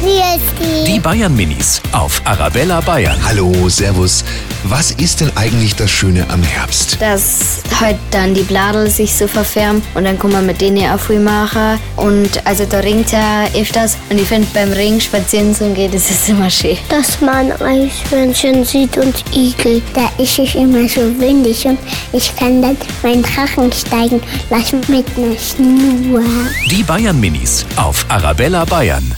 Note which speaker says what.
Speaker 1: Hier ist
Speaker 2: Die Bayern Minis auf Arabella Bayern.
Speaker 3: Hallo, Servus. Was ist denn eigentlich das Schöne am Herbst?
Speaker 4: dass halt dann die Blätter sich so verfärben und dann kann man mit denen auch viel machen. Und also da regnet ja öfters und ich finde beim Regen spazieren zu gehen, das ist immer schön.
Speaker 1: dass man Eichhörnchen sieht und Igel.
Speaker 5: Da ist es immer so windig und ich kann dann meinen Drachen steigen lassen mit einer Schnur.
Speaker 2: Die Bayern Minis auf Arabella Bayern.